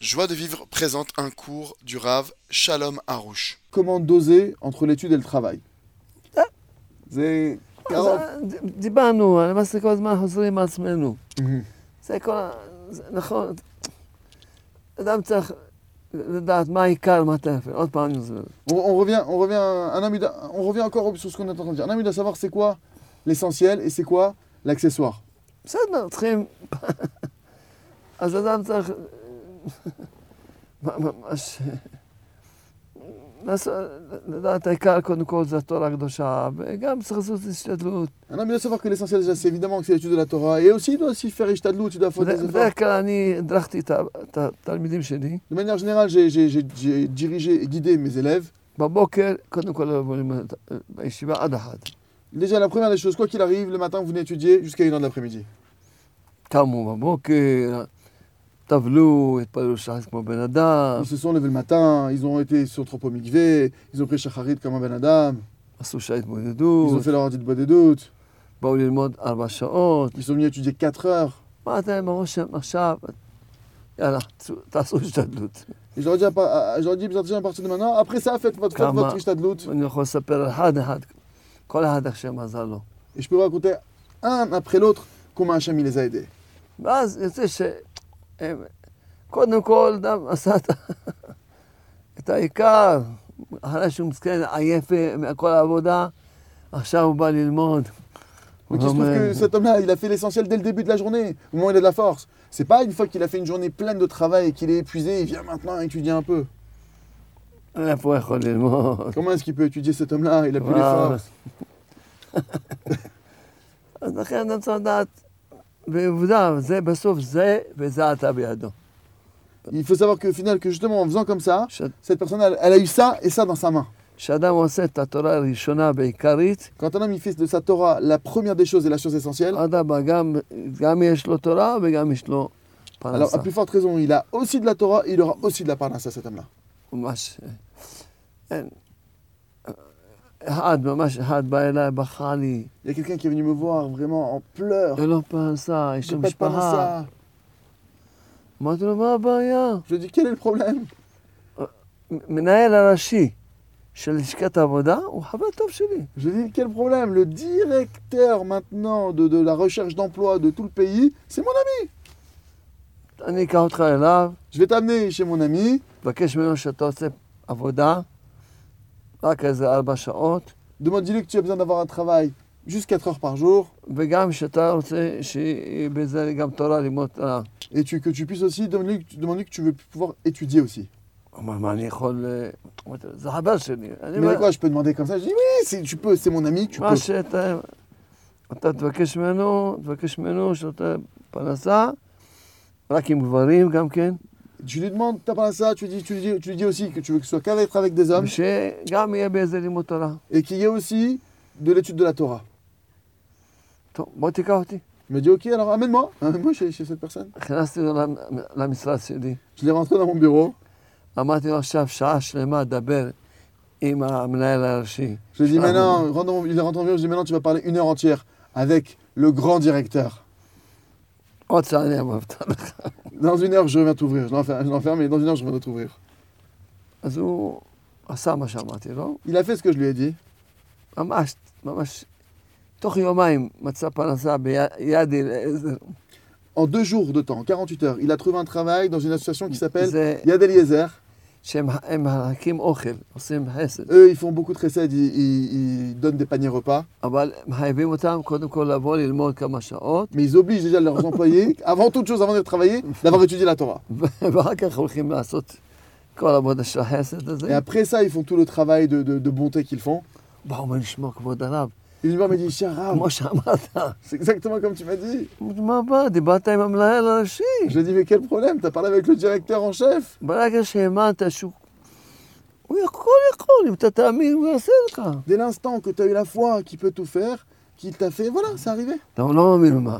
Joie de vivre présente un cours du Rav Shalom Harouche. comment doser entre l'étude et le travail. Ah. זה אז קרוב. ד- לא, דיברנו, על למעשה כל הזמן חוזרים על עצמנו. מהמם. זה כל ה... זה נכון, אדם צריך לדעת מה העיקר, מה הטלפון. עוד פעם אני מסביר. On, on revient, on revient, un ami d'a- on revient encore sur ce qu'on est en train de dire. Un ami doit savoir c'est quoi l'essentiel et c'est quoi l'accessoire. בסדר, צריכים... אז אדם צריך... ממש... לעשות- לדעת העיקר, קודם כל, זה התורה הקדושה, וגם צריך לעשות השתדלות. Un ami doit savoir que l'essentiel, déjà, c'est évidemment que c'est l'étude de la Torah. Et aussi, il doit aussi faire Ishtadlou, tu dois faire Bah, des efforts. בדרך כלל אני הדרכתי את ה- את התלמידים שלי. De manière générale, j'ai- j'ai j'ai- j'ai dirigé et guidé mes élèves. בבוקר, קודם כל, היו אומרים, בישיבה עד אחת. Déjà, la première des choses, quoi qu'il arrive, le matin, vous venez étudier jusqu'à 1h de l'après-midi. קמו בבוקר, טבלו, התפללו שחס כמו בן אדם, Ils se sont levés le matin, ils ont été sur Tropo Mikveh, ils ont pris Shacharit comme un Ben Adam, עשו שעה ils ont התמודדות, fait leur ordre de doute, באו ללמוד ארבע שעות. ils sont venus étudier 4 heures. מה אתה עם הרושם עכשיו? יאללה, צאו- תעשו השתדלות. Et je leur dis, à, par- à- je leur dis, Bezrat Hashem, à partir de maintenant, après ça, faites votre, faites Kama. votre Ishtadlout. אני יכול לספר על אחד-אחד, כל אחד השם עזר לו. Et je peux vous raconter un après l'autre comment Hachem il les a aidés. ואז יוצא שהם, קודם כל, אדם עשה את ה- את העיקר, אחרי שהוא מסכן, עייף מכל העבודה, עכשיו הוא בא ללמוד. Donc il se trouve que cet homme-là, il a fait l'essentiel dès le début de la journée, au moment où il a de la force. C'est pas une fois qu'il a fait une journée pleine de travail et qu'il est épuisé, il vient maintenant étudier un peu. איפה הוא יכול ללמוד? Comment est-ce qu'il peut étudier cet homme-là Il a plus les וואו. forces. אז לכן אתה צריך לדעת, ועובדה, זה בסוף זה וזה אתה בידו. Il faut savoir que, au final, que justement, en faisant comme ça, ש- cette personne, elle, elle a eu ça et ça dans sa main. כשאדם עושה את התורה הראשונה בעיקרית, Quand un homme, il fait de sa Torah la première des choses et la chose essentielle, אדרבה, גם, גם יש לו תורה וגם יש לו alors פרנסה. à plus forte raison, il a aussi de la Torah et il aura aussi de la parnassa, cet homme-là. ממש, אין. אחד, ממש אחד בא אליי, בכה לי, Il y a quelqu'un qui est venu me voir vraiment en pleurs. אין לו פרנסה, יש J'ai לו pas de משפחה. parnassa. אמרתי לו, מה הבעיה? Je lui ai dit, quel est le problème מנהל הראשי של לשכת העבודה הוא חבר טוב שלי. Je dis, quel problème Le directeur maintenant de, de la recherche d'emploi de tout le pays, c'est mon ami. אני אקח אותך אליו, Je vais t'amener chez mon ami, תבקש ממנו שאתה עושה עבודה, רק איזה ארבע שעות, demande-lui que tu as besoin d'avoir un travail juste 4 heures par jour, וגם שאתה רוצה שיהיה בזה גם תורה ללמוד תורה. et tu, que tu puisses aussi, demande-lui que, tu- demande-lui que tu veux pouvoir étudier aussi. הוא אמר, מה אני יכול... אה, אמרתי לו, זה חבר שלי. אני Mais אומר, quoi, je peux demander comme ça Je dis, oui, c'est- tu peux, c'est mon ami, tu מה peux. שאתה... אתה תבקש ממנו, תבקש ממנו שאתה פרנסה, רק עם גברים גם כן, Tu lui demandes ta parnassa, tu lui dis, tu lui dis, tu lui dis aussi que tu veux que ce soit qu'avec avec des hommes, שגם יהיה באיזה לימוד תורה. et qu'il y ait aussi de l'étude de la Torah. טוב, בוא תיקח אותי. Il me dit, ok, alors amène-moi, amène-moi chez, chez cette personne. נכנסתי למ- למשרד שלי, Je l'ai rentré dans mon bureau, אמרתי לו עכשיו שעה שלמה דבר עם המנהל הראשי. Je lui ai dit, Ah, maintenant, rentre dans mon- il est rentré en ville, je lui ai dit, maintenant, tu vas parler une heure entière avec le grand directeur. עוד שעה אני אמרת לך. Dans une heure, je reviens t'ouvrir. Je l'enferme, je l'enferme, mais dans une heure, je reviens t'ouvrir. אז הוא עשה מה שאמרתי לו, Il a fait ce que je lui ai dit. ממש, ממש, תוך יומיים מצא פרנסה ביד אליעזר. En deux jours de temps, en 48 heures, il a trouvé un travail dans une association qui s'appelle זה Yad Eliezer. שהם הם מחלקים אוכל, עושים חסד, Eux, ils font beaucoup de chesed, ils, ils- ils donnent des paniers repas. אבל מחייבים אותם קודם כל לבוא ללמוד כמה שעות, Mais ils obligent déjà leurs employés, avant toute chose, avant de travailler, d'avoir étudié la Torah. ואחר כך הולכים לעשות כל העבודה של החסד הזה. Et après ça, ils font tout le travail de, de- de bonté qu'ils font. בואו מה לשמוע כבוד הרב, Ils me disent, cher Rav, כמו שאמרת. c'est exactement comme tu m'as dit. אמרתי, מה הבעיה? דיברת עם המנהל הראשי. Je lui ai dit, mais quel problème T'as parlé avec le directeur en chef ברגע שהאמנת שהוא... הוא יכול, יכול, אם אתה תאמין, הוא יעשה לך. Dès l'instant que tu as eu la foi qui peut tout faire, qu'il t'a fait, voilà, c'est arrivé. אתה לא מאמין מה.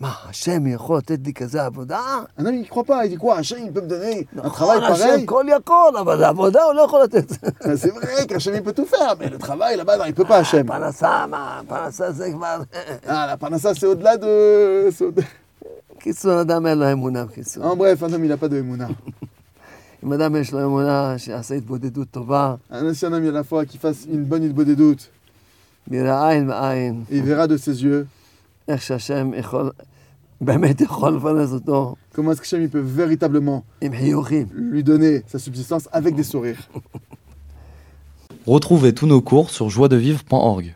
מה, השם יכול לתת לי כזה עבודה? Un homme, il ne croit pas, il dit quoi Hachem, il peut me donner un travail נכון, pareil Ah, השם כל יכול, אבל לעבודה הוא לא יכול לתת. C'est vrai qu'Hachem, il peut tout faire, mais le travail là-bas, non, il peut pas Hachem. Ah, bah. פרנסה, מה, פרנסה זה כבר... Ah, la panassa, c'est au-delà de... c'est au- קיצור, אדם אין לו אמונה, בקיצור. En bref, un homme, il n'a pas de Emouna. אם אדם יש לו אמונה, שיעשה התבודדות טובה, Un ancien ami à la foi qui fasse une bonne doutes מיראה עין מעין, et il verra de ses yeux איך שהשם יכול, באמת יכול לפרנס אותו comment est-ce que Hachem, il peut véritablement עם חיוכים. lui donner sa subsistance avec des sourires. Retrouvez tous nos cours sur joiedevivre.org.